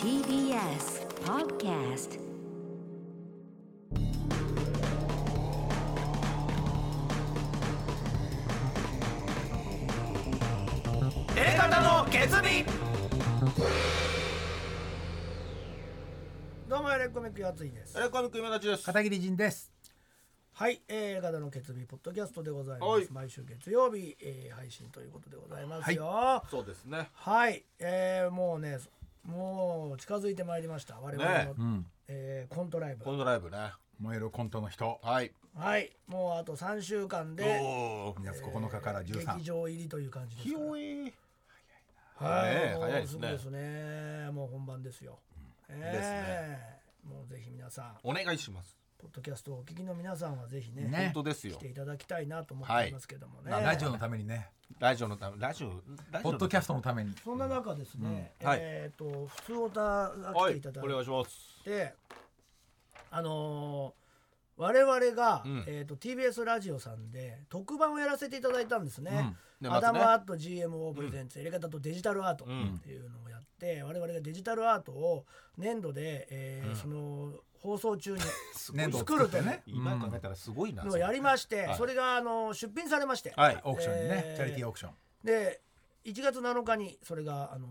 TBS Podcast 方の決意どうもエレコミックやついですエ。レコミック今立ちです片桐仁です。はい、えー、エレカタの決意ポッドキャストでございまはいす。毎週月曜日、えー、配信ということでございますよ。はい、そうですねえー、もうね、もう近づいてまいりました。我々の、ねうん。えーコントライブこ。のライブね燃えるコントの人。はいはい、もうあと三週間おでお2月9日から13劇。場入りという感じですひから。よいはい、ねえもう早いですねぐですね。もう本番ですよ。えーもうぜひ皆さん、お願いしますポッドキャストをお聞きの皆さんはぜひね、ね本当です来よていただきたいなと思っていますけどもね。はいラジオのためにね、ラジオのためラジオラジポオッドキャストのために。そんな中ですね、うんはいえっ、と普通オタがは来ていいただお願いいしますて、あのー我々が、うんえっ、と TBS ラジオさんで特番をやらせていただいたんですね。うん年末ねアダムアート GMO プレゼンツ、やり方とデジタルアートうんっていうのをやって、我々がデジタルアートを年度で、えーその放送 中に年度を作るっとていうね。今考えたらすごいなのをやりまして、はいそれがあの出品されまして、はいオークションにえねー、チャリティーオークション。で1月7日にそれがあのー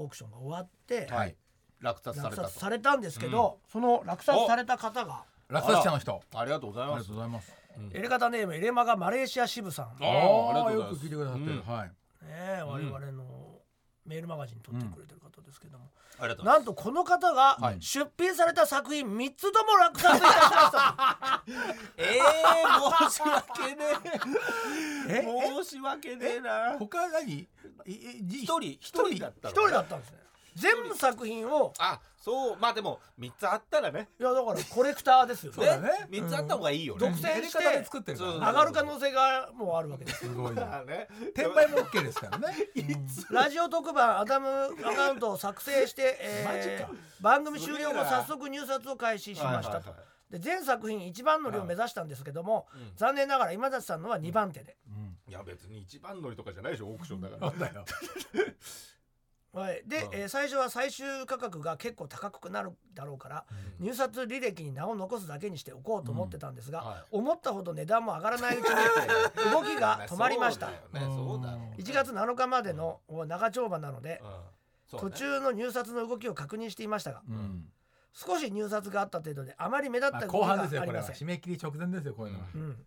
オークションが終わって。はい落札さ落れた札とされたんですけど、その落札された方が落札者の人。ありがとうございありまがすとうございます。エレカタネームエレマがマレーシア支部さん、あねーーありがよとうくございます聞いてくださってうんる。はい。え我々のメールマガジン撮ってくれてる方ですけども、ありがとうございなんとこの方がはい出品された作品3つとも落札いたしま した、ええ申し訳ねえ申し訳ねえな他何？ええじ一人一人だった一の人だったんですね全部作品をあそうまあでも三つあったらねいやだからコレクターですよそうだねね三つあった方がいいよね独占してやり方で作ってるかそうそらうね。上がる可能性がもうあるわけですよすご いな。あね転売も OK ですからね。 ラジオ特番アダムアカウントを作成して、えー番組終了後早速入札を開始しましたとはいはいは。で全作品1番乗りを目指したんですけども、残念ながら今立さんのは2番手で、いや別に一番乗りとかじゃないでしょオークションだかならんだよ。はい、で、えー最初は最終価格が結構高くなるだろうから、入札履歴に名を残すだけにしておこうと思ってたんですが、うんはい思ったほど値段も上がらないうちに動きが止まりましたそうだよ ねそうだろうね1月7日までの長丁場なのでうんそうね途中の入札の動きを確認していましたが、うん。少し入札があった程度であまり目立っまたあ動後きが半あですりよこれまは。せん締め切り直前ですよこういうのは。うん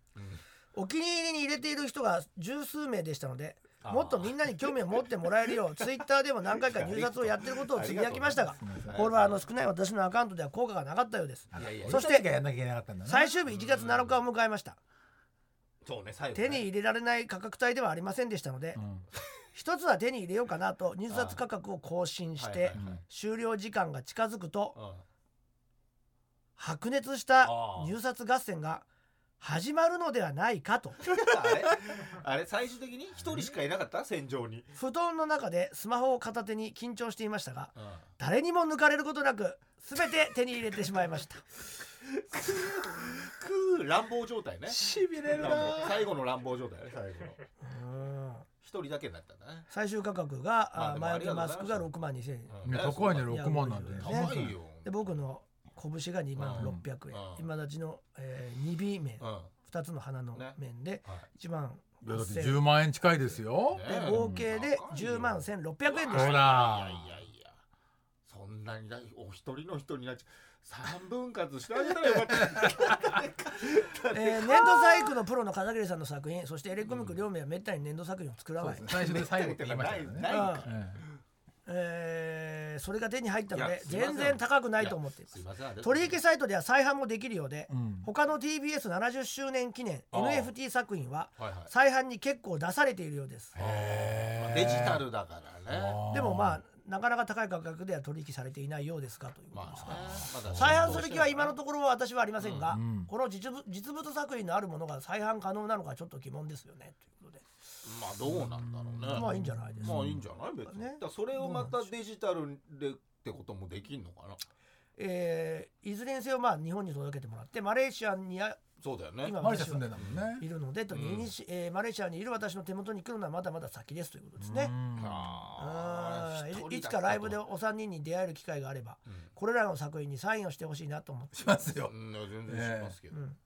お気に入りに入れている人が十数名でしたのであーもっとみんなに興味を持ってもらえる ようツイッターでも何回か入札をやってることをつぶやきましたがありがとうございますフォロワーの少ない私のアカウントでは効果がなかったようですいやいやそそししててがやんなきゃいけなかったんだね。最終日1月7日を迎えましたそうね最後手ねに入れられない価格帯ではありませんでしたのでうん一つは手に入れようかなと入札価格を更新しはいて はいはい終了時間が近づくとうん白熱したあー入札合戦が始まるのではないかとあれあれ最終的に一人しかいなかった戦場に布団の中でスマホを片手に緊張していましたがうん誰にも抜かれることなく全て手に入れてしまい ましたくー乱暴状態ねしびれる乱暴最後の乱暴状態ね最後のうん一人だけになったんだね最終価格が、まああでもマあイりルがドとうございマまスすクが6万2000円うんね高いねいや6万なんで。いや高いよで僕の拳が2万600円うん今立ちの、えー、2B 面うん2つの花のね面では1万いやだって8000 10万円近いですよ。ねで合計で高いよ10万1600円でしほたいらやいやいやそんなにだお一人の人になっちゃう三分割してあげたらよ かったねえー年度細工のプロの片桐さんの作品そしてエレコミック両名はめったに年度作品を作らそうないですね最初で最後って言いましたなかいらないね。かうえんええーそれが手に入ったのいやですいません全然高くないと思っていますすいませんありがとうござ取います引サイトでは再販もできるようで、ん他の TBS70 周年記念ああ NFT 作品ははいはい再販に結構出されているようです、まあデジタルだからねでもまあなかなか高い価格では取引されていないようですがということまですあねまだ再販する気は今のところは私はありませんが、んこの実物実物作品のあるものが再販可能なのかちょっと疑問ですよねということでまあどうなんだろうねまあいいんじゃないですかまあいいんじゃない別にねだからそれをまたデジタルでってこともできんのかなえーいずれにせよまあ日本に届けてもらってマレーシアにあそうだよね。今マレーシア住んでんだもんね。いるのでと、うんイニシえーマレーシアにいる私の手元に来るのはまだまだ先ですということですね。うんああーー一人だいっいつたとかライブでお三人に出会える機会があればうんこれらの作品にサインをしてほしいなと思ってしますよう。ん、全然しますけどう。んうん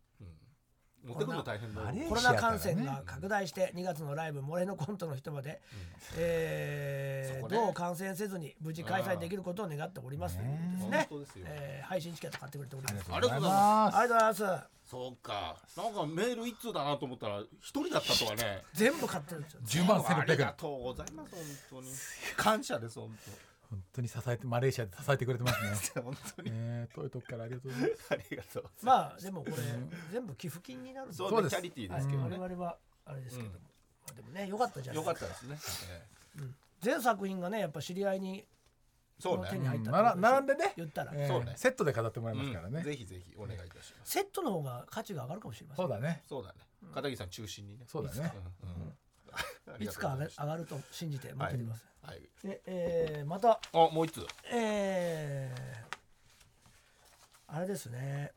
持ってくるの大変だよあれコロナ感染が拡大して2月のライブ「漏れのコント」の人まで、えそーこねどう感染せずに無事開催できることを願っておりますということですね本当ですよ。えー配信チケット買ってくれておりますありがとうございあまりがとうございますそうか。なんかメール一通だなと思ったら一人だったとはね。全部買ってるんですよ10万あり1600が円。とうございます本当に。感謝です本本当に支えて、マレーシアで支えてくれてますね。当。本当にえー、遠いとこからありがとうございます。ありがとう。まあでもこれ全部寄付金になるんでそうそうねですチャリティーですけどね。我々はあれですけども、まあでもね良かったじゃなよいかでっすかたですね。ええ全作品がねやっぱ知り合いにそうの手ねに。入ったうんなら並んで言ね、ったら、えーそうねセットで飾ってもらいまうすんからね。ぜひぜひお願いいたします。セットの方が価値が上がるかもしれませんそうだね。そうだね。片桐さん中心にね。そうだね。うんうんありいがつとうごかざ上がまるした上がると信じて待っております、はい。で、えーまたあもう一つ。えーあれですね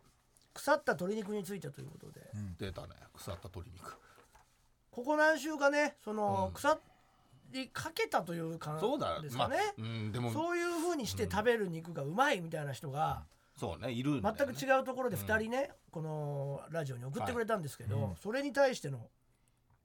腐った鶏肉についてということで、出たね腐った鶏肉。ここ何週かねその、うん腐りかけたという感そうだ。ですまかね、あうんでもそういうふうにして食べる肉がうまいみたいな人が、そうねいるんだよね。全く違うところで2人ね、このラジオに送ってくれたんですけど、はいうんそれに対しての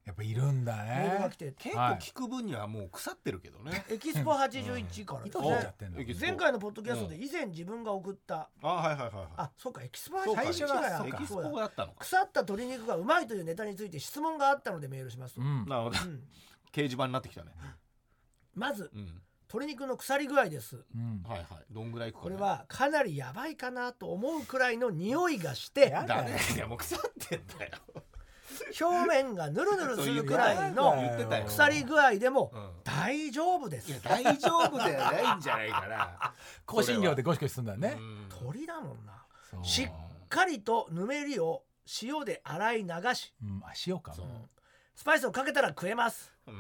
やっぱいるんだメールねが来。て、結構聞く分にはもう腐ってるけど ね。エキスポ81からです糸切っちゃねっ、てんだもんえね。前回のポッドキャストで以前自分が送った、あはいはいはいはい。あそうかエキスポそうか81最初からがそうエかキスそうだポだったのか。腐った鶏肉がうまいというネタについて質問があったのでメールしますと、うん。なるほど。うん掲示板になってきたね。まずうん。鶏肉の腐り具合ですうん。はいはい。どんぐらいいくか、こね。れはかなりやばいかなと思うくらいの匂いがしてや だね。いやもう腐ってんだよ。表面がぬるぬるするくらいそういうの言ってたよ腐り具合でもうん大丈夫ですいや大丈夫ではないんじゃないかな。香辛料でゴシゴシすんだよねう。ん鳥だもんなそうしっかりとぬめりを塩で洗い流しうん、あ、塩か。そう。スパイスをかけたら食えますうん。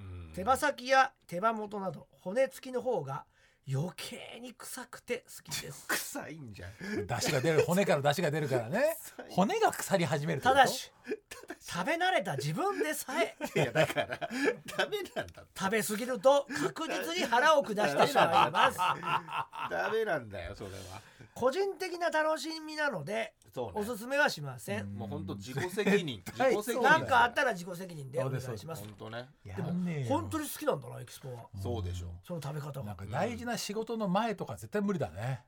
うん手羽。先や手羽元など骨付きの方が余計に臭くて好き です臭いんじゃん。出汁が出る、骨から出汁が出るから ね。骨が腐り始めるってこただと。し食べ慣れた自分でさえいやだからダメなんだ。食べ過ぎると確実に腹を下してしまい ますダメなんだよそれは。個人的な楽しみなのでそうね。おすすめはしませうんんもう本当自己責任。自己対責任。何かあったら自己責任でお願いします本当ね。やでもんねえよ本当に好きなんだなエキスポはそうでしょその食べ方ながんか大事な仕事の前とか絶対無理だね。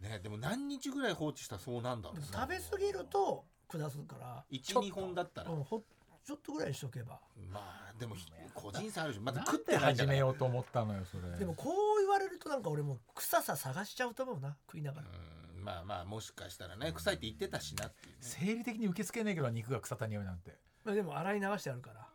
う。ねでも何日ぐらい放置したらそうなんだろうね。食べ過ぎると下すから一二本だったら。うん、ほちょっとぐらいにしとけばまあでもひ個人差あるし、まだなん食ってでないんだ始からめようと思ったのよ、それ。でもこう言われるとなんか俺も臭さ探しちゃうと思うな食いながらうんまあまあもしかしたらね臭いって言ってたしなっていうね、生理的に受け付けねえけど、肉が腐った匂いなんて。 まあでも洗い流してあるから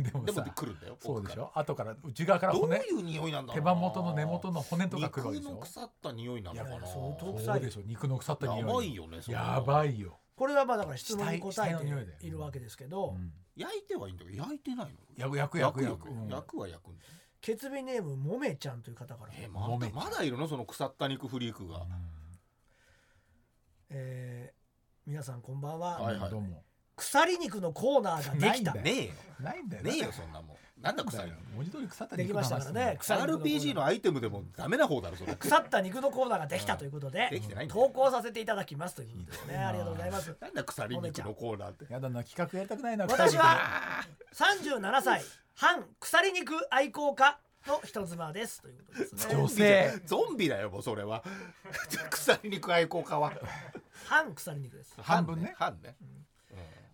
でもでもさ。来るんだよ。そうでし奥か。ょ後から内側かららどう骨いう匂いなんだろ手うな羽元の根元の骨とか来るわけで肉しのょ腐った匂いなのかいやいな。や相当臭そうでしょ肉の腐ったや匂ばいいよね。それやばいよこれはまあだから質問に死体答え死体の匂いだよているわけですけど、焼いてはいいんだけど焼いてないの。や焼く焼焼く焼くくようん焼くは焼くんだよ。決備ネームもめちゃんという方から、ええま揉めだちゃまうだいるのその腐った肉フリークが。ー皆さんこんばんは、はいはいどうも腐り肉のコーナーができたないねんだえよ。ないんだよねえよそんなもん。なんだ腐臭いるの。文字通り腐ったできましたからね腐り肉のコーナー RPG のアイテムでもダメな方だろそれ。腐った肉のコーナーができたということでできてないんだよ投稿させていただきますということですねありがとうございますなんだ腐り肉のコーナーって。やだな企画やりたくないな私腐は37歳反腐り肉愛好家の人妻ですということですねり肉女性ゾンビだよもうそれは腐り肉愛好家は反腐り肉です半分ね半ね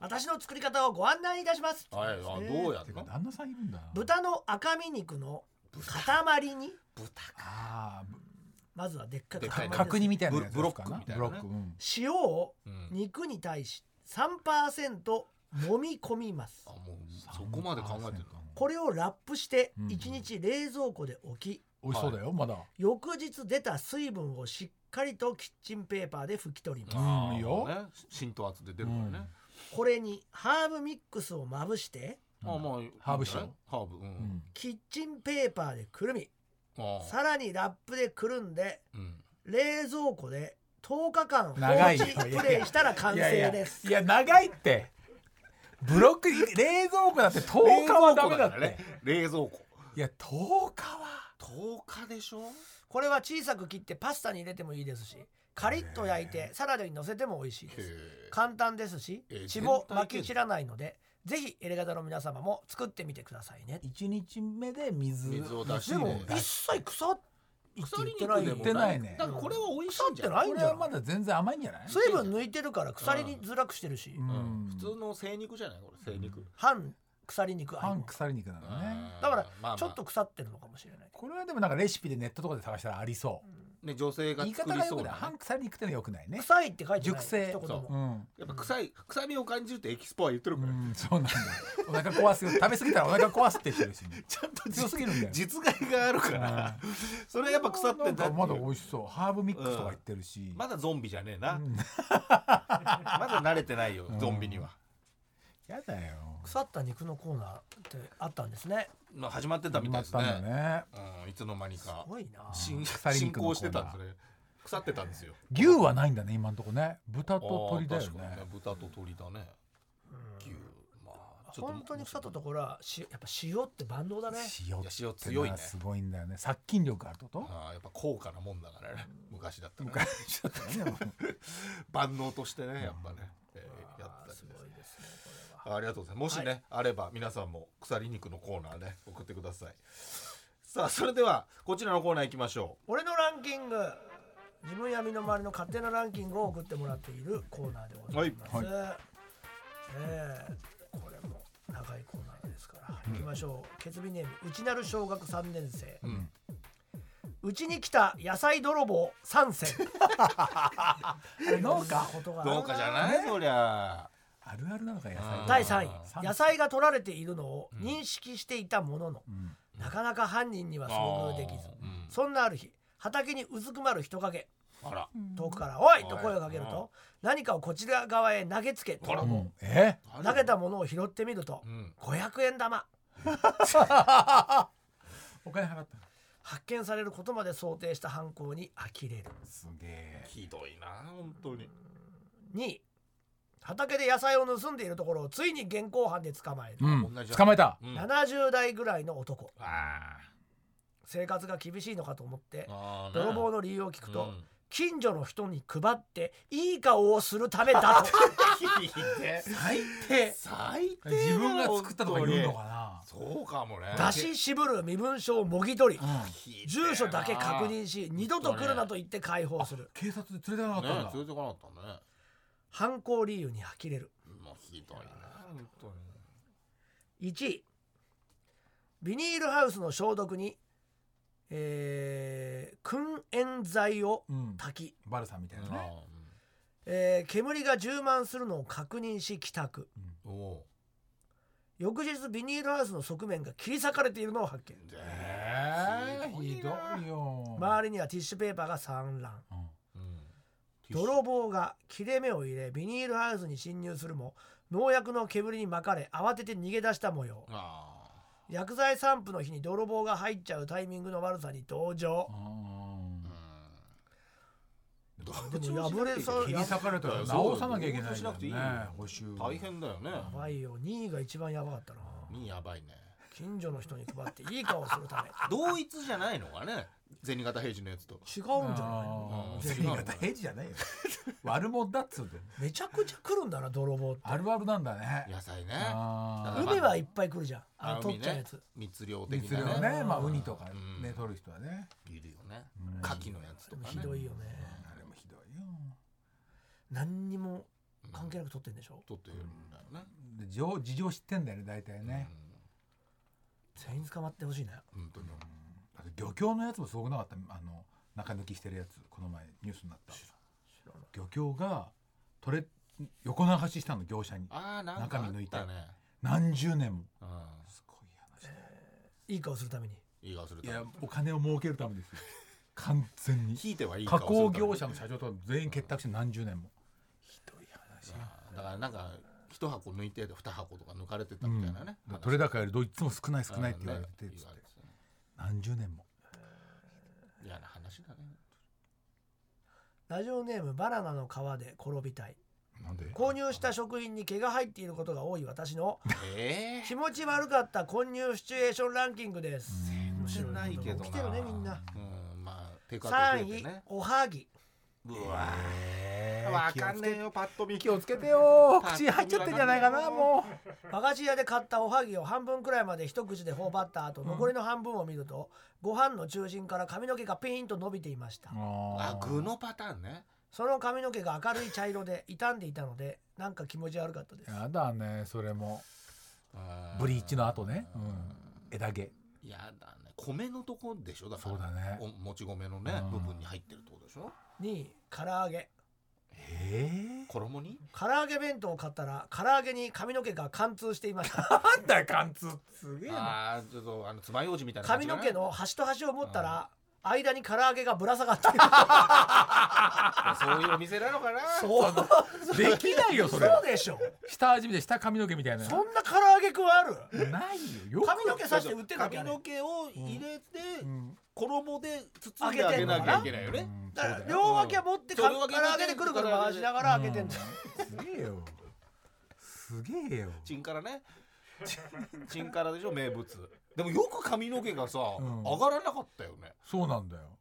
私の作り方をご案内いたしますはいあどうやってるかの旦那さんいるんだな豚の赤身肉の塊に豚あーまずはでっかでくっかい塊角で煮みたいなやつですかブロックみたいなブロねックうんす塩をうん肉に対し3%揉み込みますあもうそこまで考えてるのこれをラップしてうん1日冷蔵庫で置き美味しそうだよまだ翌日出た水分をしっかりとキッチンペーパーで拭き取りますうんあーいいよね浸透圧で出るからねこれにハーブミックスをまぶしてあまあハーブいいんじゃない塩ハーブううんんキッチンペーパーでくるみあーさらにラップでくるんでうん冷蔵庫で10日間放長いよ置プレイしたら完い成やいやでいすや長いってブロック冷蔵庫だって10日はダメだって、冷蔵庫いや10日は10日でしょこれは小さく切ってパスタに入れてもいいですしカリッと焼いてサラダに乗せても美味しいです簡単ですしえー血も全体巻き散らないのでぜひエレガタの皆様も作ってみてくださいね1日目で水水を出してでも出一し切腐って言腐りってない肉でよも言ってないねだからこれは美味しいんじゃ腐っなていないこれはまだ全然甘いんじゃない水分抜いてるから腐りづらくしてるし、うんうん普通の精肉じゃないこれ精肉半腐り肉あパいンも腐り肉なのねうんだからまあまあちょっと腐ってるのかもしれないこれはでもなんかレシピでネットとかで探したらありそうね女性が言い作方りがよそうくなないね半腐り肉ってのはよくないね臭いって書いてない熟成一言そもうんやっぱ臭い臭みを感じるってエキスポは言ってるうからんそうなんだよお腹壊すよ食べ過ぎたらお腹壊すって言ってるしねちゃんと強すぎるんだよ実害があるからそれやっぱ腐ってなんんだっかていうまだ美味しそうハーブミックスとか言ってるし、まだゾンビじゃねえな、うんまだ慣れてないようんゾンビには、やだよ腐った肉のコーナーってあったんですねまあ、始まってたみたいです始まったんねだねうん、いつの間にすかごいな進腐り進肉のコ行ーナーしてたんですね腐ってたんですよ牛はないんだね今んとこね豚あとー鳥だよ確かにね豚と鳥だね牛まあちょっと本当に腐ったところはしやっぱ塩って万能だね塩っいやて塩の強いはねすごいんだよね殺菌力あるってことあーやっぱ高価なもんだからね 昔だったら、ね、昔だったら ね万能としてねやっぱね、えーやっあーてたりすねごいですねこれはありがとうございます。もしね、はあれば皆さんも腐り肉のコーナーね送ってください。さあそれではこちらのコーナー行きましょ俺のランキング自分や身の回りの勝手なランキングを送ってもらっているコーナーでございます、はいえーこれも長いコーナーですから、行きましょうケツビネームうちなる小学3年生う。うん、うちに来た野菜泥棒3選あれ農家ことがある どうかじゃない、そりゃ。あるあるなのか野菜うん第3位三野菜が取られているのを認識していたものの、うんなかなか犯人には遭遇できず、あーうんそんなある日畑にうずくまる人影あら、遠くから「おい!」とおい声をかけると何かをこちら側へ投げつけてあらうんえ投げたものを拾ってみるとうん。 500円玉お金払った発見されることまで想定した犯行に呆れるすげえひどいな本当に。 2位畑で野菜を盗んでいるところをついに現行犯で捕まえる、うん同じだ捕まえたうん、あ70代ぐらいの男あ生活が厳しいのかと思ってああ泥棒のの理由を聞くと、近所の人に配っていい顔をするためだと ひで最低最低だな自分が作ったとか言うの本か当にそうかもね。出し渋る身分証をもぎ取り な、うん、ひでえな住所だけ確認し二度と来るなと言って解放する警察で連れてかなねかった連んだれてこなかったね。犯行理由に呆れるもうひどいな本当に。 1位ビニールハウスの消毒にえー燻煙剤をうん炊き、バルさんみたいなねえー煙が充満するのを確認し帰宅うんおう翌日ビニールハウスの側面が切り裂かれているのを発見でえー、ひどいよ周りにはティッシュペーパーが散乱うんうん泥棒が切れ目を入れビニールハウスに侵入するも農薬の煙に巻かれ慌てて逃げ出した模様ああ薬剤散布の日に泥棒が入っちゃうタイミングの悪さに同情どでも破れそう切り裂かれたら直さなきゃいけないんだよね補修大変だよねやばいよ2位が一番やばかったなみやばいね近所の人に配っていい顔するため同一じゃないのかね銭形平次のやつと違うんじゃなあうんー違うのかな平気じゃないよ悪者だっつうていめちゃくちゃ来るんだな泥棒ってあるあるなんだね野菜ねあーだから海はいっぱい来るじゃんあの海取っねちゃうやつ密漁的密漁なねねまあウニとかうねん取る人はねいるよねうん牡蠣のやつとでもかひねどいよねあれもひどいよ何にも関係なく取ってんでしょ取ってるんだよねで事情事情知ってんだよね大体ね全員捕まってほしいなうん本当にあと漁協のやつもすごくなかったあの中抜きしてるやつこの前ニュースになった漁協が取れ横流ししたの業者にああなんかあったね何十年もうんすごい話だよいい顔するためにいい顔するいためやにお金を儲けるためです よ完全に引いてはいい加顔する工ために業者の社長とか全員結託して何十年もひどい話だからなんか一箱抜いて二箱とか抜かれてたうみんたいなね、だから取れ高よりどいつも少ない少ないって言われてうんっねつっ言わてれてたね何十年も嫌な話だねラジオネームバナナの皮で転びたいなんで購入した食品に毛が入っていることが多い私のえ気持ち悪かった混入シチュエーションランキングですうん面白 ないけどな起きてるねみんなうんまあテイクアウト増3え位てねおはぎうわえーわかんねえよパッと見気をつけてよ口入っちゃってんじゃないかなも和菓子屋で買ったおはぎを半分くらいまで一口で頬張った後残りの半分を見るとご飯の中心から髪の毛がピーンと伸びていましたうああ具のパターンねその髪の毛が明るい茶色で傷んでいたのでなんか気持ち悪かったですやだねそれもうんブリーチの後ねうん枝毛やだね米のとこでしょだからそうだねおもち米のねうん部分に入ってるってことでしょ2位唐揚げええ衣に唐揚げ弁当を買ったら唐揚げに髪の毛が貫通していましたなんだよ貫通すげえなああちょっとあの爪楊枝みたいな感髪じかのな毛の端と端を持ったら間に唐揚げがぶら下がっているそういうお店なのかなそう できないよ それそうでしょ下味見で下髪の毛みたいなそんな唐揚げくわあるないよよく髪の毛刺して売ってるだけあ髪れの毛を入れて、うん衣で包んであげなきゃいけないよねうんだからそうだよ両脇は持ってかう唐ん揚げでくるくる回しながら開けてんだよ、うんすげえよすげえよチンカラねチンカ ラでしょ名物でもよく髪の毛がさ、うん上がらなかったよねそうなんだよ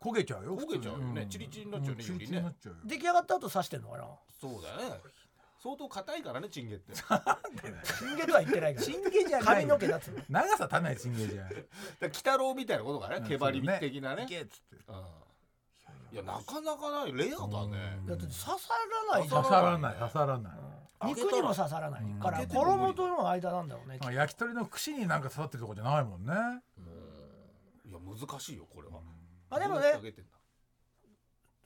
焦げちゃうよ焦げちゃうよねんチリチリになっちゃうねんチリよりチリねになっちゃうよ出来上がった後刺してんのかな そうだよね相当硬いからねチンゲってだかチンゲとは言ってないからチンゲじゃない髪の毛だっつうの長さ足んないチンゲじゃら鬼太郎みたいなことがねう ん毛張り的なねいけっつってうんいやなかなかないレアだねうんだって刺さらないじゃん刺さらない刺さらない肉にも刺さらないうんから開けても無衣理との間なんだろうねあ焼き鳥の串になんか刺さってるとこじゃないも んねうんいや難しいよこれはあでもどうやってねあげてんだ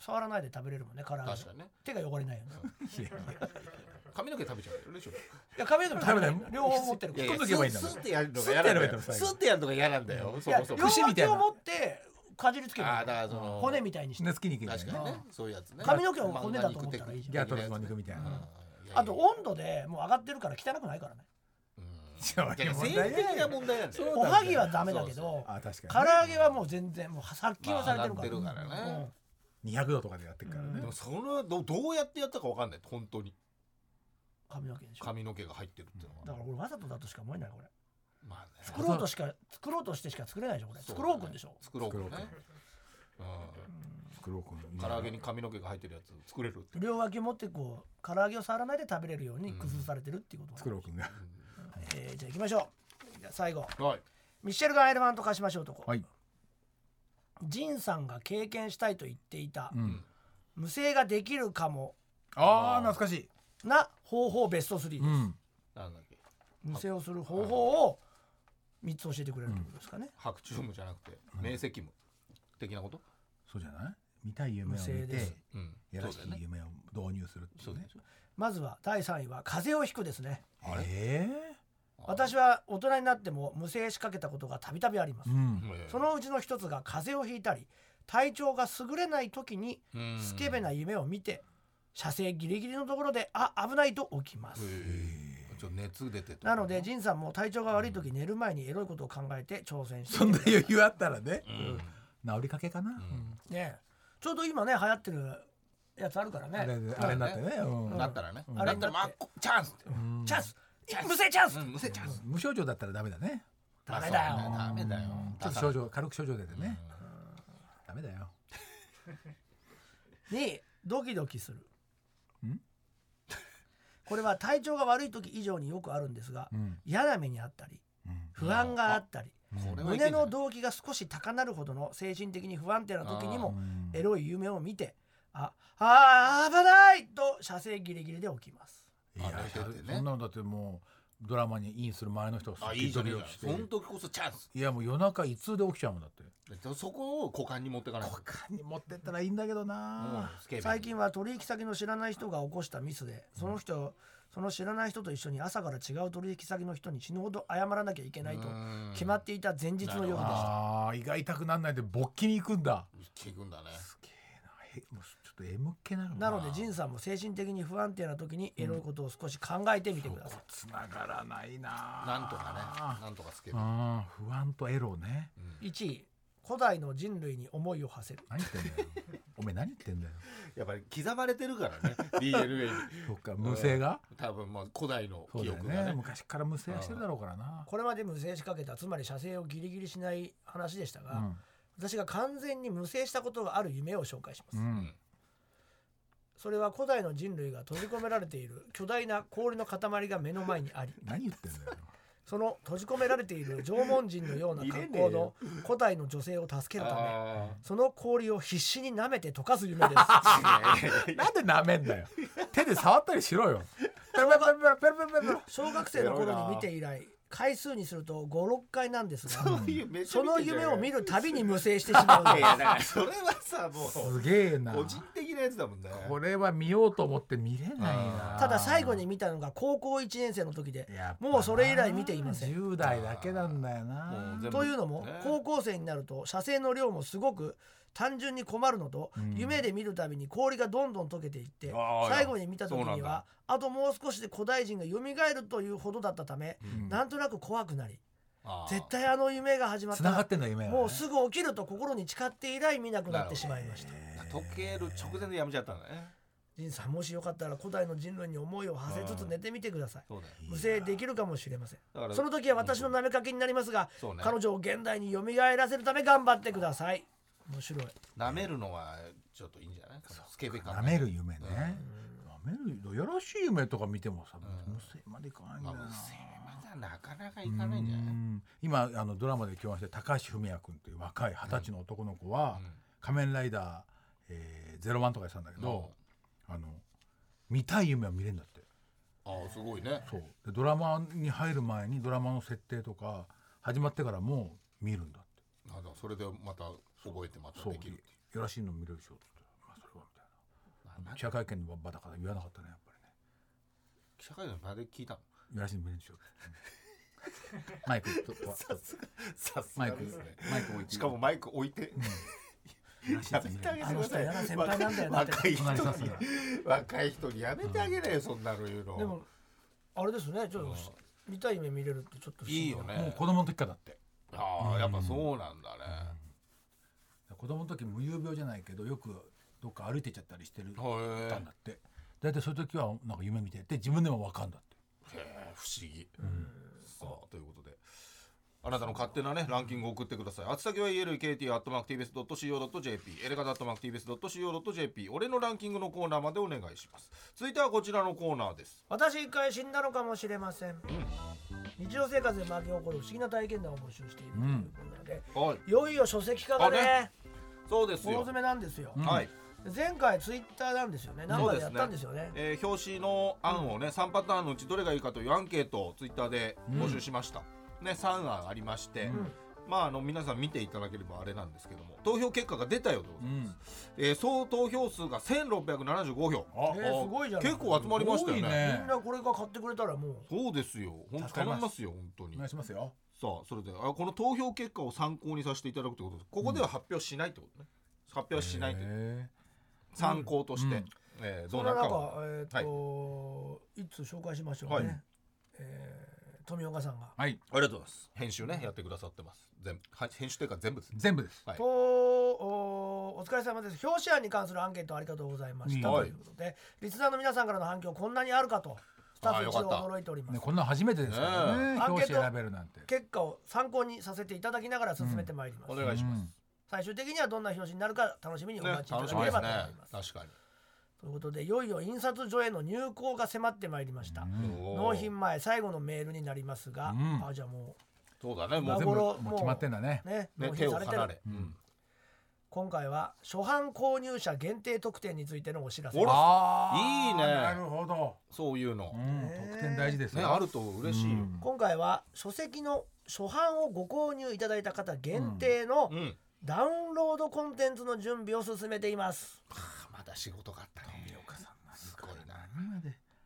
触らないで食べれるもんね唐揚げ確かにね手が汚れ ないよね髪の毛食べちゃうよねちょっといや髪の毛も食べない食べない両方持ってるいかやらいや引っ込んどけばいいんだスもッんスッてやるのが嫌なんだよススッてやればいいんだいや両ッてやるのが嫌なんだよそこそこもん最後串みたい脇なを持ってかじりつけるああだからその骨みたいにして骨付き肉みたい確なかにねねそういうやつね髪の毛を骨だと思ったらいいじゃんギャトルズの肉みたいなあと温度でもう上がってるから汚くないからねそういう問題性的な問題なんだよおはぎはダメだけそうどあ確唐か揚げはもう全然もう殺菌はされてるから,、まあ上がってるからねうんに200度とかでやってるからそうでねもそのどどうやってやったかわかんない本当に髪の毛でしょだか髪の毛が入ってるっていうのらは俺わざとだとしか思えないこれまあね作ろうとしか作ろうとしてしか作れないでしょこれ作ろうくんでしょ作ろうくんね作ろううこんの唐揚げに髪の毛が入ってるやつ作れるって両脇持ってこう唐揚げを触らないで食べれるように工夫されてるっていうこと、作ろうくんがえーじゃあ行きましょうじゃあ最後はいミシェルガン・エレファント化しましょうとこ、はいジンさんが経験したいと言っていた、うん無声ができるかもああ懐かしいな方法ベスト3です、うんなんだっけ無声をする方法を3つ教えてくれるということですかね、白昼夢じゃなくて明晰夢的なことそうじゃない見たい夢を無見声でてすうんやらしいそうだよね夢を導入するってそいううだねよねまずは第3位は風邪をひくですねあれえ私は大人になっても無声しかけたことがたびたびありますえう、んええそのうちの一つが風邪をひいたり体調が優れない時にうんスケベな夢を見て射精ギリギリのところであ危ないと起きます、ええちょっと熱出ててなので仁さんも体調が悪い時寝る前にエロいことを考えて挑戦してそんみなて余裕あったらねうん治りかけかなねちょうど今ね流行ってるやつあるからあれねあれになってねうんなったらねあれだったらまあこチャンスってうんチャンス無制チャンスうん無制チャンス無症状だったらダメだねダメだよまあそうねダメだよちょっと症状軽く症状出てうんねダメだよにドキドキする んこれは体調が悪い時以上によくあるんですがうん嫌な目にあったりうん不安があったりこれは胸いけんじゃなのい動機が少し高鳴るほどの精神的に不安定な時にうもんエロい夢を見てああー危ないと射精ギリギリで起きますいやあれ出てねそんなのだってもうドラマにインする前の人があすいいきじゃね取えりかをしてその時こそチャンスいやもう夜中いつで起きちゃうもんだってでそこを股間に持ってかないと他に持ってったらいいんだけどなうんスケベ最近は取引先の知らない人が起こしたミスでその人、その知らない人と一緒に朝から違う取引先の人に死ぬほど謝らなきゃいけないとうん決まっていた前日の夜でしたあー胃が痛くなんないで勃起に行くんだ聞くんだねえもうちょっと M 系なのななので仁さんも精神的に不安定な時にエロいことを少し考えてみてください、つながらないななんとかねなんとかスケベあー不安とエロね1位古代の人類に思いを馳せる 何言ってんだよおめえ何言ってんだよやっぱり刻まれて るからね DNA にそっか無声が多分まあ古代のそう記だよ憶がねね昔から無声はしてるだろうからなこれまで無制しかけたつまり射精をギリギリしない話でしたが、私が完全に無制したことがある夢を紹介します、うんううんんそれは古代の人類が閉じ込められている巨大な氷の塊が目の前にあり何言ってんだよその閉じ込められている縄文人のような格好の古代の女性を助けるためあその氷を必死に舐めて溶かす夢ですーなんで舐めんだよ手で触ったりしろよペロペロペロペロペロペロ小学生の頃に見て以来回数にすると56回なんです そがういうめちゃそめちゃの夢を見るるたびに無制してしまうの いでやだからそれはさもすうげえな個人的なやつだもんねこれは見ようと思って見れないな ただ最後に見たのが高校1年生の時でやっぱなもうそれ以来見ていません10代だけなんだよなも全部というのもね高校生になると射精の量もすごく単純に困るのとうん夢で見るたびに氷がどんどん溶けていってああ最後に見た時そうなにんはだあともう少しで古代人が蘇るというほどだったためうんなんとなく怖くなりあー絶対あの夢が始まっつたながっらてんだ夢はねもうすぐ起きると心に誓って以来見なくなってしまいました溶ける直前でやめちゃったんだね仁さんもしよかったら古代の人類に思いを馳せつつ寝てみてくださいそうだよ無制できるかもしれませんだからその時は私の舐めかけになりますが、そうね彼女を現代に蘇らせるため頑張ってください面白い舐めるのはちょっといいんじゃないこのスケベ感舐める夢ね、舐めるやらしい夢とか見てもさ、ん無性までいかないんまあだよな、無性まだなかなかいかないんじゃうないん今あのドラマで共演して高橋文哉君という若い二十歳の男の子は「うん仮面ライダー、えー、ゼロワンとかやってたんだけど、あの見たい夢は見れるんだってあーすごいねそうでドラマに入る前にドラマの設定とか始まってからも見るんだってあのそれでまた覚えてまたそうできるっていうやらしいの見れるでしょっつって、まあ、それはみたいまあなま記者会見の場だから言わなかったねやっぱりね記者会見まで聞いたのやらしいの見れるでしょっつって マイクとさすマがイクですねマイク置い てしかもマイク置いてやらしいややつめ見てあれげるてあの人くださいやら先輩なんだよだって若い人に隣さすが若い人にやめてあげなよそんなの言うでのもあれですねちょっと、見たい夢見れるってちょっと不思議いいよもうね子供の時からだってああやっぱそうなんだね子供の時無遊病じゃないけどよくどっか歩いてっちゃったりしてるへたんだって大体そういう時はなんか夢見てて自分でも分かんだってえへえ不思議さあということであなたの勝手なねランキングを送ってください。あつ先は elkt.mactvs.co.jp、エレカ .mactvs.co.jp、俺のランキングのコーナーまでお願いします。続いてはこちらのコーナーです。私一回死んだのかもしれません、日常生活で巻き起こる不思議な体験談を募集しているということで、はい。いよいよ書籍化がねあねそうです大よ。詰めなんですよ、はい。前回ツイッターなんですよね何かでやったんですよねえー表紙の案をね、3パターンのうちどれがいいかというアンケートをツイッターで募集しました、ね3案ありまして、まああの皆さん見ていただければあれなんですけども投票結果が出たようでございます、えー総投票数が1675票あえーすごいじゃん結構集まりましたよねすごいねみんなこれが買ってくれたらもうそうですよ本当助かり頼ますみますよ本当にお願いしますよさあそれであこの投票結果を参考にさせていただくということですここでは発表しないってことね、発表はしないというへ参考として、うんえーそどうれなはるなかんはかえっ、と、い、つ紹介しましょうね、はいえー富岡さんがーはいありがとうございます編集ねやってくださってます全部はい編集というか全部です全部ですはいとおお疲れ様です表紙案に関するアンケートありがとうございました、はといいうことでリスナーの皆さんからの反響こんなにあるかとスタッフ一同あーよかった驚いております、ねこんなの初めてですからねねえ表紙選べるなんて結果を参考にさせていただきながら進めてまいります、お願いします、最終的にはどんな表紙になるか楽しみにおね待ちいただ楽しけみれですばねと思います、確かにということでいよいよ印刷所への入稿が迫ってまいりました、納品前最後のメールになりますが、うんあじゃあもそうだねうもう全全部ももうう決まってんだねうね部、納ね、手品さをれてる離れ、うん今回は初版購入者限定特典についてのお知らせおですらいあいねなるほどそういうのう、ん特典大事ですねよあると嬉しいようん今回は書籍の初版をご購入いただいた方限定のうん、ダウンロードコンテンツの準備を進めていますまだ仕事があったね富岡さんすごいな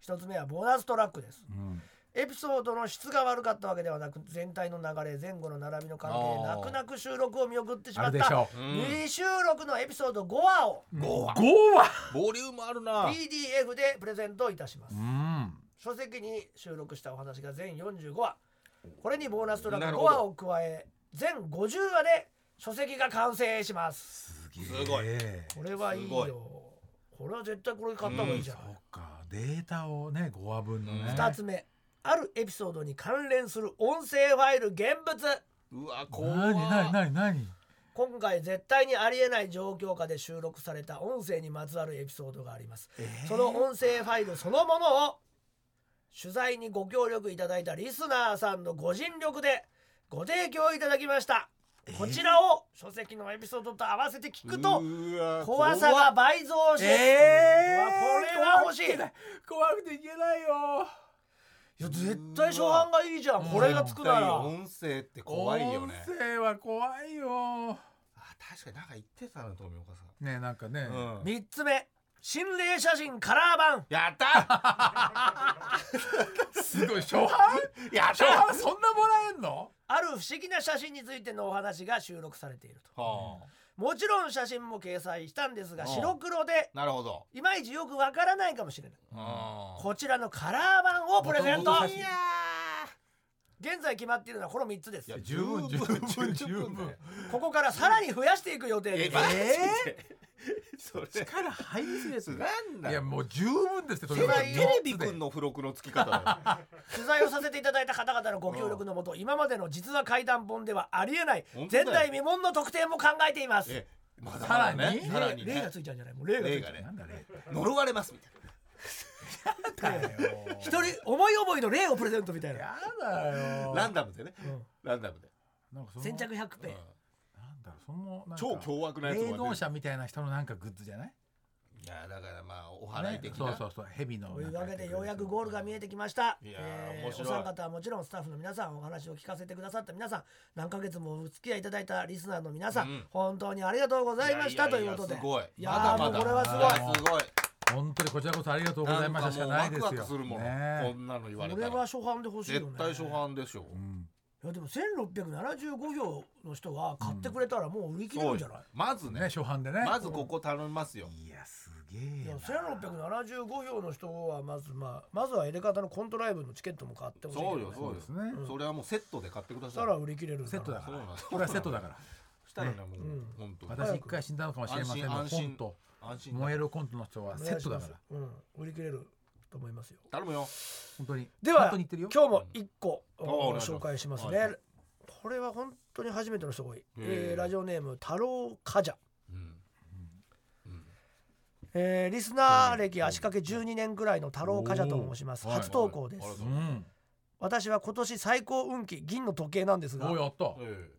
一つ目はボーナストラックですうんエピソードの質が悪かったわけではなく全体の流れ前後の並びの関係であー泣く泣く収録を見送ってしまあっれでしたょう未収録のエピソード5話を5話ボリュームあるな PDF でプレゼントいたしますうん書籍に収録したお話が全45話これにボーナストラッなクる5ほど話を加え全50話で書籍が完成しますすげえすごいこれはいいすごいよこれは絶対これ買った方がいいじゃそん、っかデータをね5話分のねうん2つ目あるエピソードに関連する音声ファイル現物うわ怖なになになになに今回絶対にありえない状況下で収録された音声にまつわるエピソードがあります、その音声ファイルそのものを取材にご協力いただいたリスナーさんのご尽力でご提供いただきましたこちらを書籍のエピソードと合わせて聞くとうわ怖さが倍増し、うわこれは欲しいいや怖くていけないよ絶対初版がいいじゃんこれがつくな絶対ら音声って怖いよね音声は怖いよあ確かになんか言ってたな富岡さねなんかね、ん、うん、 3つ目心霊写真カラー版やった すごい初版やっ初た版そんなもらえんのある不思議な写真についてのお話が収録されているとはもちろん写真も掲載したんですがうん白黒であなるほど、いまいちよくわからないかもしれないうんこちらのカラー版をプレゼント元々写真いやー現在決まっているのはこの3つですいや十分十分十分十分だよここからさらに増やしていく予定えですマジでそれ力入りすぎですなんだいやもう十分ですってテレいテレビくんの付録の付き方だよ取材をさせていただいた方々のご協力のもと今までの実話怪談本ではありえない本前当だよ代未聞の特典も考えていますえまださらにまだねさらに例ねがついちゃうんじゃないもう例がつ例いちゃうがねなんだね呪われますみたい一人思い思いの例をプレゼントみたいなやだよなランダムでねんランダムでなんかその先着100うんペなんだろうそのなんか超凶悪なやつも出霊る能者みたいな人のなんかグッズじゃないいやだからまあお祓い的そうなそうそう蛇のというわけでようやくゴールが見えてきました、いやーえー面白いお三方はもちろんスタッフの皆さんお話を聞かせてくださった皆さん何ヶ月もお付き合いいただいたリスナーの皆さん、うん本当にありがとうございましたやとやいうやことですごいいやまだーまもうだこれはすごいあーすごい本当にこちらこそありがとうございましたしかなないんでかもうすワクよワクするもんねこんなの言われこたれらは初版で欲しいよ絶ね対初版でしょうんいやでも1675票の人が買ってくれたらもう売り切れるんじゃない、まずねね初版でねまずここ頼みますよいやすげえいやな1675票の人はまずまあまずはエレカタのコントライブのチケットも買ってほしいけどそうね、よそそうようですねそれはもうセットで買ってくだそしさたいら売り切れるんセだッろうトだそかうらなんですこれはセットだからしたらねもううん本当私一回死んだのかもしれませんが安心コント安心燃えるコントの人はセットだからお願いしますうん売り切れると思いますよ頼むよ本当にでは本当に言ってるよ今日も一個、んおあお願いします紹介しますはねいこれは本当に初めての人が多い、へええーラジオネーム太郎カジャうんうんえーリスナー歴足掛け12年くらいの太郎カジャと申しますおーはい初投稿です、はいありがとうございますうん私は今年最高運気銀の時計なんですがおやったえ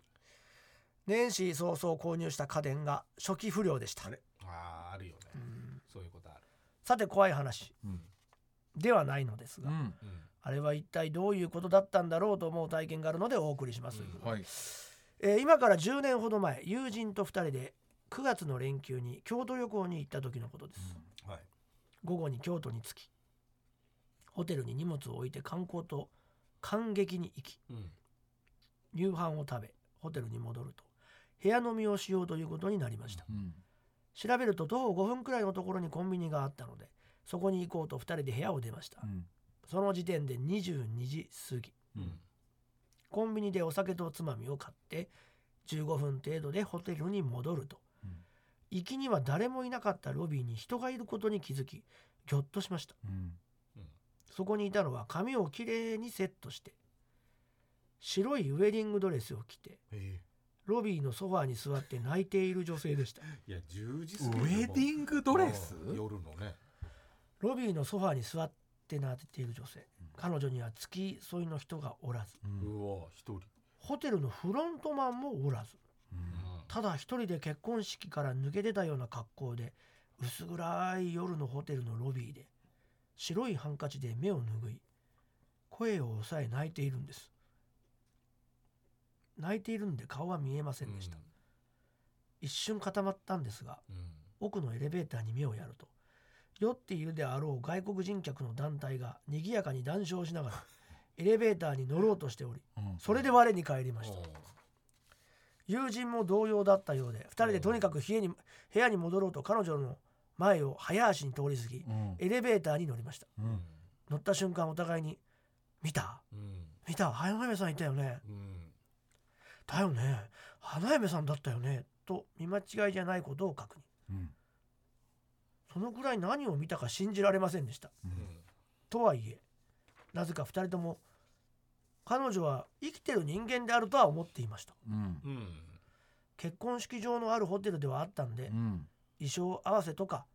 年始早々購入した家電が初期不良でしたえあーあるよねうんそういうことあるさて怖い話うんではないのですうが、んうんあれは一体どういうことだったんだろうと思う体験があるのでお送りします、うんはいえー今から10年ほど前友人と2人で9月の連休に京都旅行に行った時のことです、はい午後に京都に着きホテルに荷物を置いて観光と観劇に行きうん夕飯を食べホテルに戻ると部屋飲みをしようということになりました、うん調べると徒歩5分くらいのところにコンビニがあったのでそこに行こうと2人で部屋を出ました、うんその時点で22時過ぎうんコンビニでお酒とおつまみを買って15分程度でホテルに戻ると、うん行きには誰もいなかったロビーに人がいることに気づきぎょっとしましたうんそこにいたのは髪をきれいにセットして白いウェディングドレスを着てえロビーのソファーに座って泣いている女性でしたえいや10時ウ過ぎェディングドレスうん夜のねロビーのソファーに座って泣いている女性彼女には付き添いの人がおらずうんうわ一人ホテルのフロントマンもおらずうんただ一人で結婚式から抜け出たような格好で薄暗い夜のホテルのロビーで白いハンカチで目を拭い声を抑え泣いているんです泣いているんで顔は見えませんでした、一瞬固まったんですがうん奥のエレベーターに目をやると酔っているであろう外国人客の団体が賑やかに談笑しながらエレベーターに乗ろうとしておりうんそれで我に返りうまんしたおう友人も同様だったようで2人でとにかく家に部屋に戻ろうと彼女の前を早足に通り過ぎうんエレベーターに乗りましたううんん乗った瞬間お互いに「見たうん見た花嫁さんいたよねうんだよね花嫁さんだったよね」と見間違いじゃないことを確認うんそのくらい何を見たか信じられませんでしたうんとはいえなぜか2人とも彼女は生きてる人間であるとは思っていましたうんうん結婚式場のあるホテルではあったんで、うん衣装合わせとか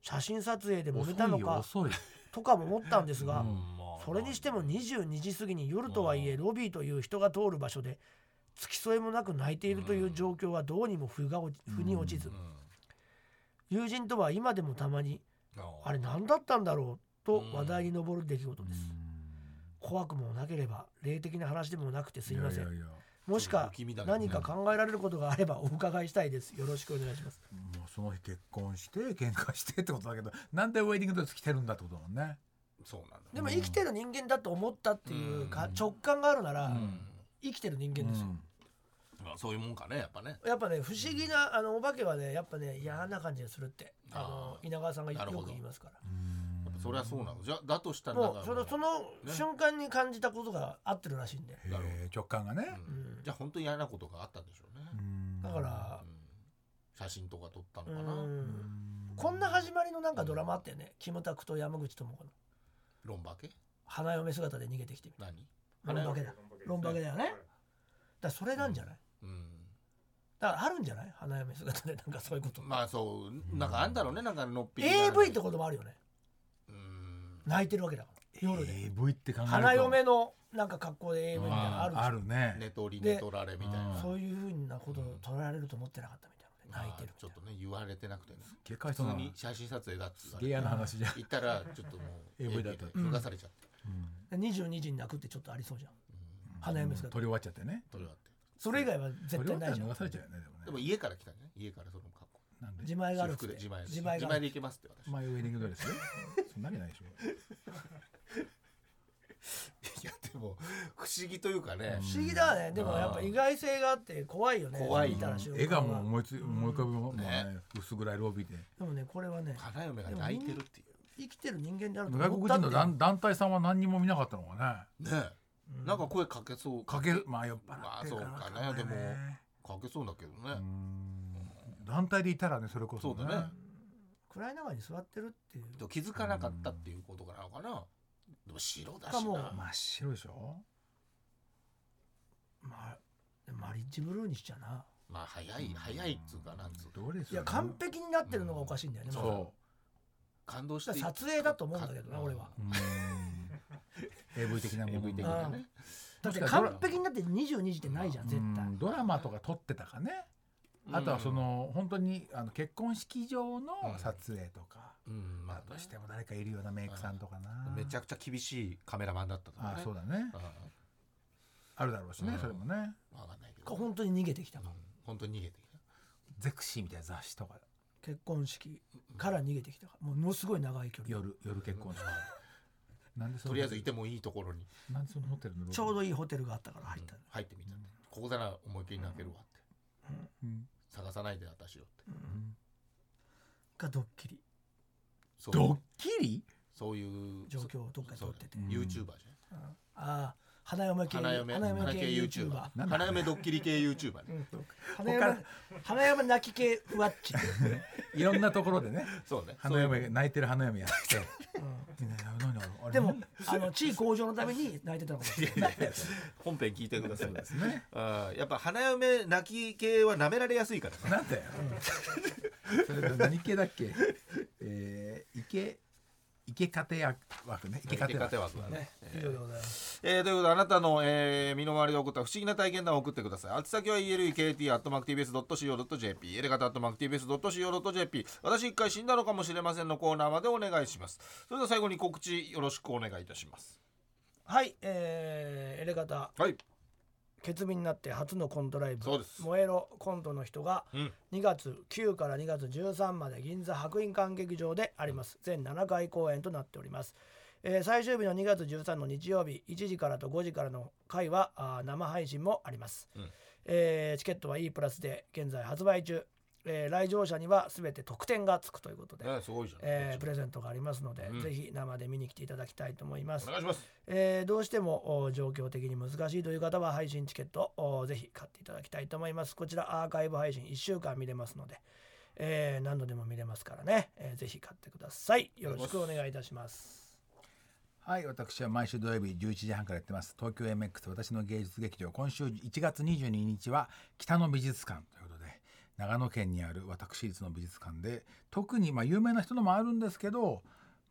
写真撮影で揉め遅たのいよか遅いとかも思ったんですが、うんそれにしても22時過ぎに夜とはいえロビーという人が通る場所で付き添いもなく泣いているという状況はどうにも腑が落ち腑に落ちずうん友人とは今でもたまにあれうん何だったんだろうとうん話題に上る出来事ですうん怖くもなければ霊的な話でもなくてすいませんやややもしか不気味だけどね何か考えられることがあればお伺いしたいですよろしくお願いしますもうその日結婚して喧嘩してってことだけどなんでウェディングドレス着てるんだってことだもんねそうなんだでも生きてる人間だと思ったっていうかうん直感があるならうん生きてる人間ですよまあそういうもんかねやっぱねやっぱね不思議なあのお化けはねやっぱね嫌な感じがするってああのー稲川さんがよなるほどく言いますかやっぱそれはそうなのじゃだとしたららだもかうらそのそのね瞬間に感じたことが合ってるらしいんでへえ直感がねううんんじゃあ本当に嫌なことがあったんでしょうねうんだからうん写真とか撮ったのうかなんうんこんな始まりのなんかドラマあってねキムタクと山口智子のロンバケ花嫁姿で逃げてきてみ何たいなロンバケだロンバケだよねだからそれなんじゃないうんだからあるんじゃない花嫁姿でなんかそういうことまあそうなんかあんだろうねなんかのっぴりな AV ってこともあるよねうん泣いてるわけだから夜で AV って考えると花嫁のなんか格好で AV みたいなのあるあでしょるね寝取り寝取られみたいうんなそういうふうなことを取られると思ってなかったみたいなので泣いてるまあみちたょいっとね言われてなくてね警戒普そう通なに写真撮影だっつすげえ嫌な話じゃん行ったらちょっともう AV だだったと脱がされちゃってうんな22時に泣くってちょっとありそうじゃん花うん嫁取姿り終わっちゃってね撮り終わってそれ以外は絶取り対終わないじゃんったら流されちゃうよねででももね家から来たね家からその格好なんで自前がある私っつ服っでて自前で自自前があ前るでっつっ行けますって私前ウェディングドレ スそんなわけないでしょいやでも不思議というかねて不思議だねでもやっぱ意外性があって怖いよね怖い見たら収録絵がもうは思いつ思い浮かぶもんねね薄暗いロビーででもねこれはね花嫁が泣いてるってい生きてる人間であると外思国った人っての団団体さんは何にも見なかったのかねうねえなんか声かけそうかけるまあ酔っ払まっあてそるうからかかねでもねかけそうだけどうねん団体でいたらねそれこそそうだね暗い中に座ってるっていうでも気づかなかったっていうことかなのかなでも白だしかもな真っ白でしょまあマリッジブルーにしちゃなまあ早い早いっつうかなんつうかどうですいや完璧になってるのがおかしいんだよねまだそ感動しだてから撮影だと思うんだけどなか俺はううん AV 的なもの AV 的ななねだって完璧になって22時ってないじゃん絶対うんドラマとか撮ってたかねあとはその本当にあの結婚式場の撮影とか、うんままあ、あとねしても誰かいるようなメイクさんとかな、めちゃくちゃ厳しいカメラマンだったとかあねそうだねうんあるだろうしね、うんそれもねわかんないけど本当に逃げてきたうからん本当に逃げてきたゼクシーみたいな雑誌とか結婚式から逃げてきたからもうものすごい長い距離夜夜結婚とかなんでそのとりあえずいてもいいところになんでそのホテルのちょうど、どいいホテルがあったから入ったの入ってみたんだよここなら思いっきり泣けるわってうん探さないで私をってがドッキリそうドッキリそういう状況をどっかで撮っててユーチューバーじああ花嫁系花嫁花嫁系花系 YouTuber ゃん花嫁ドッキリ系ユーチューバーね花嫁花嫁泣き系ふわっちいろんなところでね そうね花そうい嫁う泣いてる花嫁やって、ね何だろうあれでもあの地位向上のために泣いてたのかもしれない本編聞いてくだ さいですねあーやっぱ花嫁泣き系は舐められやすいからねなんだよ。それ何系だっけ。えー、池池家庭枠ね。池家庭枠。手枠はねね以上でございますえーということであなたの、えー身の回りで起こった不思議な体験談を送ってください。あつ先は elekt.mactvs.co.jp、エレガタ .mactvs.co.jp、私一回死んだのかもしれませんのコーナーまでお願いします。それでは最後に告知よろしくお願いいたします。はいえーエレガタはい。決備になって初のコントライブそうです燃えろコントの人がうん。 2月9から2月13まで銀座白銀館劇場であります全7回公演となっております、えー最終日の2月13の日曜日1時からと5時からの回はあー生配信もあります、うんえーチケットは E プラスで現在発売中えー来場者には全て特典がつくということで、ねすごいじゃん、えープレゼントがありますので、うんぜひ生で見に来ていただきたいと思いますお願いしますえーどうしてもお状況的に難しいという方は配信チケットをおぜひ買っていただきたいと思いますこちらアーカイブ配信1週間見れますので、えー何度でも見れますからね、えーぜひ買ってくださいよろしくお願いいたしますはい私は毎週土曜日11時半からやってます東京 MX 私の芸術劇場今週1月22日は北の美術館ということで長野県にある私立の美術館で特にまあ有名な人のもあるんですけど、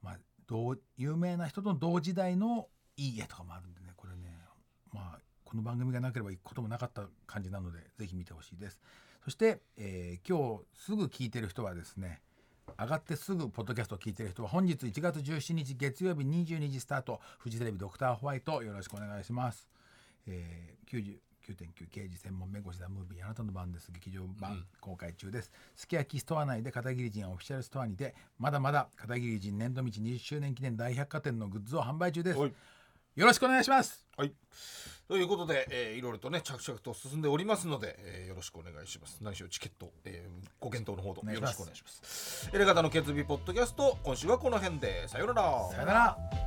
まあ、同有名な人との同時代のいい絵とかもあるんでねこれねまあこの番組がなければ行くこともなかった感じなのでぜひ見てほしいですそして、えー今日すぐ聞いてる人はですね上がってすぐポッドキャストを聞いてる人は本日1月17日月曜日22時スタートフジテレビドクターホワイトよろしくお願いします、えー、99.9刑事専門弁護士だムービーあなたの番です劇場版、公開中ですすき焼きストア内で片桐仁オフィシャルストアにてまだまだ片桐仁年度道20周年記念大百貨店のグッズを販売中ですはいよろしくお願いしますはいということで、えー、いろいろとね着々と進んでおりますので、えーよろしくお願いします何しろチケット、えーご検討のほどお願よいしろましすくお願いしますエレガタの決意ポッドキャスト今週はこの辺でさようならさよなら